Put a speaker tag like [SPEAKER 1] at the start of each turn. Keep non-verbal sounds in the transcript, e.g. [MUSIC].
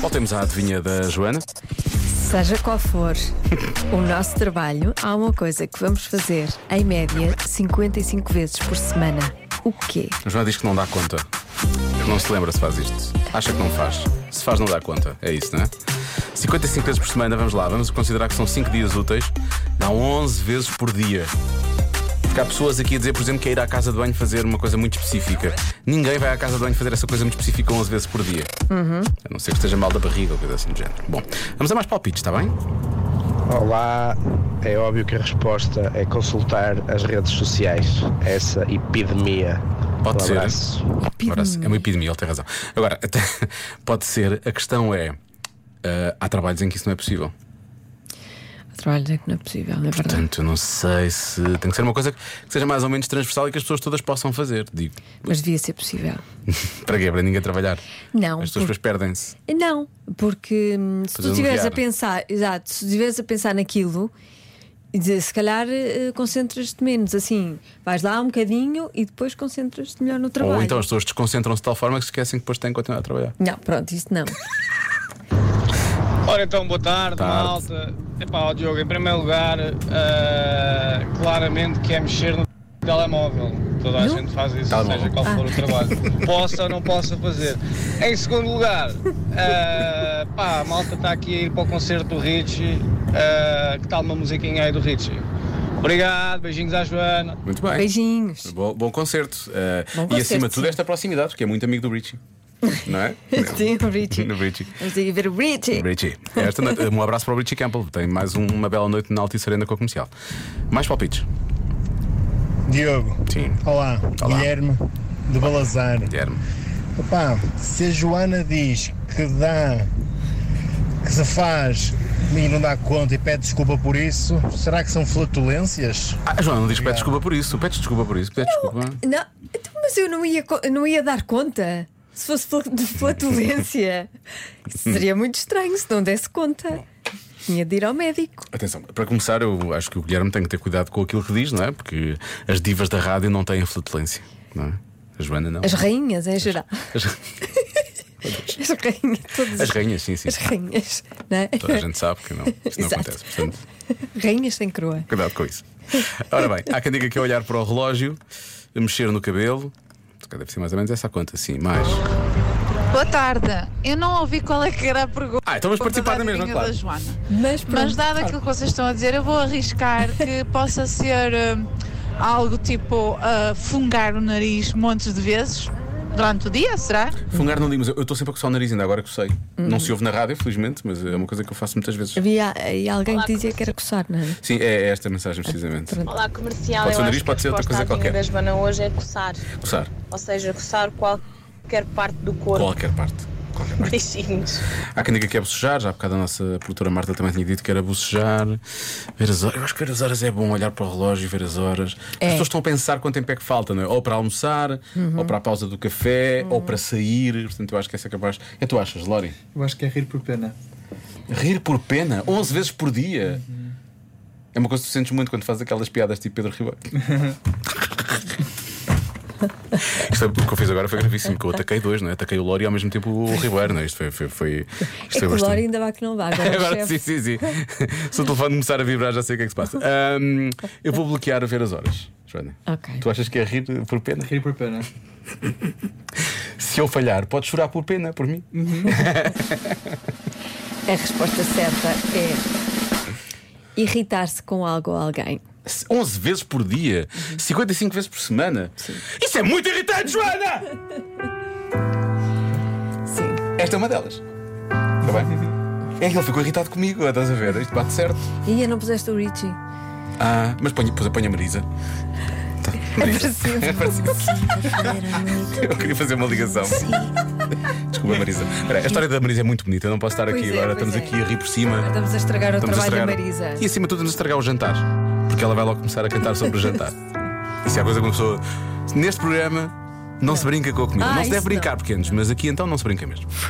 [SPEAKER 1] Voltemos à adivinha da Joana.
[SPEAKER 2] Seja qual for o nosso trabalho, há uma coisa que vamos fazer em média 55 vezes por semana. O quê?
[SPEAKER 1] A Joana diz que não dá conta. Que Não se lembra se faz isto. Acha que não faz. Se faz, não dá conta. É isso, não é? 55 vezes por semana, vamos lá. Vamos considerar que são 5 dias úteis. Dá 11 vezes por dia. Porque há pessoas aqui a dizer, por exemplo, que é ir à casa de banho fazer uma coisa muito específica. Ninguém vai à casa de banho fazer essa coisa muito específica 11 vezes por dia. A não ser que esteja mal da barriga ou coisa assim do género. Bom, vamos a mais palpites, está bem?
[SPEAKER 3] Olá, é óbvio que a resposta é consultar as redes sociais. Essa epidemia.
[SPEAKER 1] Pode
[SPEAKER 3] um
[SPEAKER 1] ser.
[SPEAKER 3] abraço.
[SPEAKER 1] Agora, sim, é uma epidemia, ele tem razão. Agora, até- [LAUGHS] pode ser, a questão é: ah, há trabalhos em que isso não é possível.
[SPEAKER 2] Trabalho é que não é possível, é verdade.
[SPEAKER 1] Portanto, eu não sei se. Tem que ser uma coisa que seja mais ou menos transversal e que as pessoas todas possam fazer. Digo, [LAUGHS]
[SPEAKER 2] Mas devia ser possível.
[SPEAKER 1] para quê? É Para ninguém trabalhar.
[SPEAKER 2] Não,
[SPEAKER 1] As pessoas depois perdem-se.
[SPEAKER 2] Não, porque hum, se tu
[SPEAKER 1] Fazer um
[SPEAKER 2] estiveres a
[SPEAKER 1] diário.
[SPEAKER 2] pensar, exato, se estiveres a pensar naquilo, e dizer, se calhar eh, concentras-te menos, assim, vais lá um bocadinho e depois concentras-te melhor no trabalho.
[SPEAKER 1] Ou então as pessoas desconcentram-se de tal forma que se esquecem que depois têm que continuar a trabalhar.
[SPEAKER 2] Não, pronto, isso não.
[SPEAKER 4] Ora então, boa tarde,
[SPEAKER 1] Tarde.
[SPEAKER 4] malta. Epá, ó Diogo, em primeiro lugar, ah, claramente que é mexer no telemóvel. Toda a
[SPEAKER 2] No?
[SPEAKER 4] gente faz isso,
[SPEAKER 1] Telemóvel.
[SPEAKER 4] seja qual for o trabalho. possa ou não possa fazer. Em segundo lugar, ah, pá, a malta está aqui a ir para o concerto do Richie. Ah, que tal uma musiquinha aí do Richie? Obrigado, beijinhos à Joana.
[SPEAKER 1] Muito bem. [LAUGHS]
[SPEAKER 2] Beijinhos.
[SPEAKER 1] Bom, bom concerto. Ah,
[SPEAKER 2] Bom
[SPEAKER 1] e
[SPEAKER 2] concerto,
[SPEAKER 1] acima de tudo,
[SPEAKER 2] sim.
[SPEAKER 1] esta proximidade, porque é muito amigo do Richie. Não é?
[SPEAKER 2] [LAUGHS] Sim,
[SPEAKER 1] [LAUGHS]
[SPEAKER 2] o Richie.
[SPEAKER 1] No Richie.
[SPEAKER 2] Vamos ter que ver o Richie.
[SPEAKER 1] Richie. Esta noite, um abraço para o Richie Campbell. Tem mais um- uma bela noite na Altice Arena com a comercial. Mais palpites?
[SPEAKER 5] Diogo,
[SPEAKER 1] Sim.
[SPEAKER 5] olá,
[SPEAKER 1] Olá.
[SPEAKER 5] Guilherme de Balazar.
[SPEAKER 1] Guilherme.
[SPEAKER 5] Opa, se a Joana diz que dá, que se faz e não dá conta e pede desculpa por isso, será que são flatulências?
[SPEAKER 1] Ah, João, não diz que pede desculpa por isso. Pede desculpa por isso. Pede desculpa.
[SPEAKER 2] Não, então, mas eu não ia, co- não ia dar conta. Se fosse fla-
[SPEAKER 1] [LAUGHS]
[SPEAKER 2] de flatulência, Isso seria muito estranho se não desse conta. Tinha de ir ao médico.
[SPEAKER 1] Atenção, para começar, eu acho que o Guilherme tem que ter cuidado com aquilo que diz, não é? Porque as divas da rádio não têm flatulência, não é? A Joana não.
[SPEAKER 2] As rainhas, em geral.
[SPEAKER 1] As,
[SPEAKER 2] As rainhas, todas
[SPEAKER 1] as rainhas, sim, sim.
[SPEAKER 2] As rainhas, não é?
[SPEAKER 1] Toda a gente sabe que não, isso não
[SPEAKER 2] Exato.
[SPEAKER 1] acontece. Portanto,
[SPEAKER 2] Rainhas sem coroa.
[SPEAKER 1] cuidado com isso. Ora bem, há quem diga que é olhar para o relógio, mexer no cabelo. Se calhar Deve ser mais ou menos essa a conta, sim. Mais.
[SPEAKER 6] Boa tarde. Eu não ouvi qual é que era a pergunta.
[SPEAKER 1] Ah, então vamos participar
[SPEAKER 6] da
[SPEAKER 1] na mesma,
[SPEAKER 6] adivinha
[SPEAKER 1] claro.
[SPEAKER 6] da Joana.
[SPEAKER 1] Hum.
[SPEAKER 2] Mas pronto.
[SPEAKER 6] Mas dado aquilo que vocês estão a dizer, eu vou arriscar que possa ser hum, algo tipo ah, fungar o nariz montes de vezes durante o dia, será?
[SPEAKER 1] Fungar não digo, mas eu eu estou sempre a coçar o nariz, ainda agora que sei. Não se ouve na rádio, felizmente, mas é uma coisa que eu faço muitas vezes.
[SPEAKER 2] Havia aí alguém que dizia que era coçar, não é?
[SPEAKER 1] Sim, é é esta a mensagem precisamente.
[SPEAKER 7] Olá, comercial.
[SPEAKER 1] Pode ser
[SPEAKER 7] eu
[SPEAKER 1] nariz,
[SPEAKER 7] acho
[SPEAKER 1] pode ser
[SPEAKER 7] que a
[SPEAKER 1] outra
[SPEAKER 7] resposta
[SPEAKER 1] coisa
[SPEAKER 7] à
[SPEAKER 1] qualquer.
[SPEAKER 7] vinha da Joana hoje é coçar.
[SPEAKER 1] Coçar.
[SPEAKER 7] Ou seja, coçar qualquer parte do corpo.
[SPEAKER 1] Qualquer parte. Qualquer parte.
[SPEAKER 7] [LAUGHS] Beijinhos.
[SPEAKER 1] Há quem diga que é bocejar, já há bocado a nossa produtora Marta também tinha dito que era bocejar. Ver as horas. Eu acho que ver as horas é bom, olhar para o relógio e ver as horas. As pessoas estão a pensar quanto tempo é que falta, não é? Ou para almoçar, ou para a pausa do café, ou para sair. Portanto, eu acho que essa é capaz. E tu achas, Lori?
[SPEAKER 8] Eu acho que é rir por pena.
[SPEAKER 1] Rir por pena, 11 vezes por dia. É uma coisa que tu sentes muito quando fazes aquelas piadas tipo Pedro Ribeiro. [LAUGHS] Isto é- o que eu fiz agora foi gravíssimo, que eu ataquei dois, não é? Ataquei o Lori e ao mesmo tempo [LAUGHS] o Ribeiro, não é? Isto foi. foi, foi
[SPEAKER 2] É
[SPEAKER 1] isto
[SPEAKER 2] que
[SPEAKER 1] foi
[SPEAKER 2] o
[SPEAKER 1] bastante-
[SPEAKER 2] Lori ainda vai que
[SPEAKER 1] [LAUGHS]
[SPEAKER 2] não vai. Agora, o
[SPEAKER 1] Agora sim,
[SPEAKER 2] chefe.
[SPEAKER 1] sim, sim. Se o telefone começar a vibrar, já sei o que é que se passa. Ahm, eu vou bloquear a ver as horas, Joana.
[SPEAKER 2] Ok.
[SPEAKER 1] Tu achas que é rir por pena?
[SPEAKER 8] Rir por pena.
[SPEAKER 1] Se eu falhar, podes chorar por pena, por mim.
[SPEAKER 2] A resposta certa é. Irritar-se com algo ou alguém.
[SPEAKER 1] 11 vezes por dia, 55 vezes por semana. Isso é muito irritante, Joana!
[SPEAKER 2] Sim.
[SPEAKER 1] Esta é uma delas. Está bem? É que ele ficou irritado comigo, estás a ver? Isto bate certo.
[SPEAKER 2] E eu não puseste o Richie.
[SPEAKER 1] Ah, mas ponho, depois apanho a Marisa. [LAUGHS] Tá, Marisa. É parecido. Eu queria fazer uma ligação. Desculpa, Marisa. Espera, a história da Marisa é muito bonita. Eu não posso estar aqui
[SPEAKER 2] Pois é,
[SPEAKER 1] agora.
[SPEAKER 2] pois
[SPEAKER 1] Estamos
[SPEAKER 2] é.
[SPEAKER 1] aqui a rir por cima.
[SPEAKER 2] Estamos a estragar o
[SPEAKER 1] Estamos a
[SPEAKER 2] trabalho da
[SPEAKER 1] estragar-
[SPEAKER 2] Marisa.
[SPEAKER 1] E acima de tudo, nos estragar o jantar. Porque ela vai logo começar a cantar sobre o
[SPEAKER 2] [LAUGHS]
[SPEAKER 1] jantar. Isso é a coisa que uma pessoa. Neste programa, não, se brinca com a comida.
[SPEAKER 2] Ah,
[SPEAKER 1] não se deve
[SPEAKER 2] isso
[SPEAKER 1] brincar,
[SPEAKER 2] não.
[SPEAKER 1] pequenos, mas aqui então não se brinca mesmo.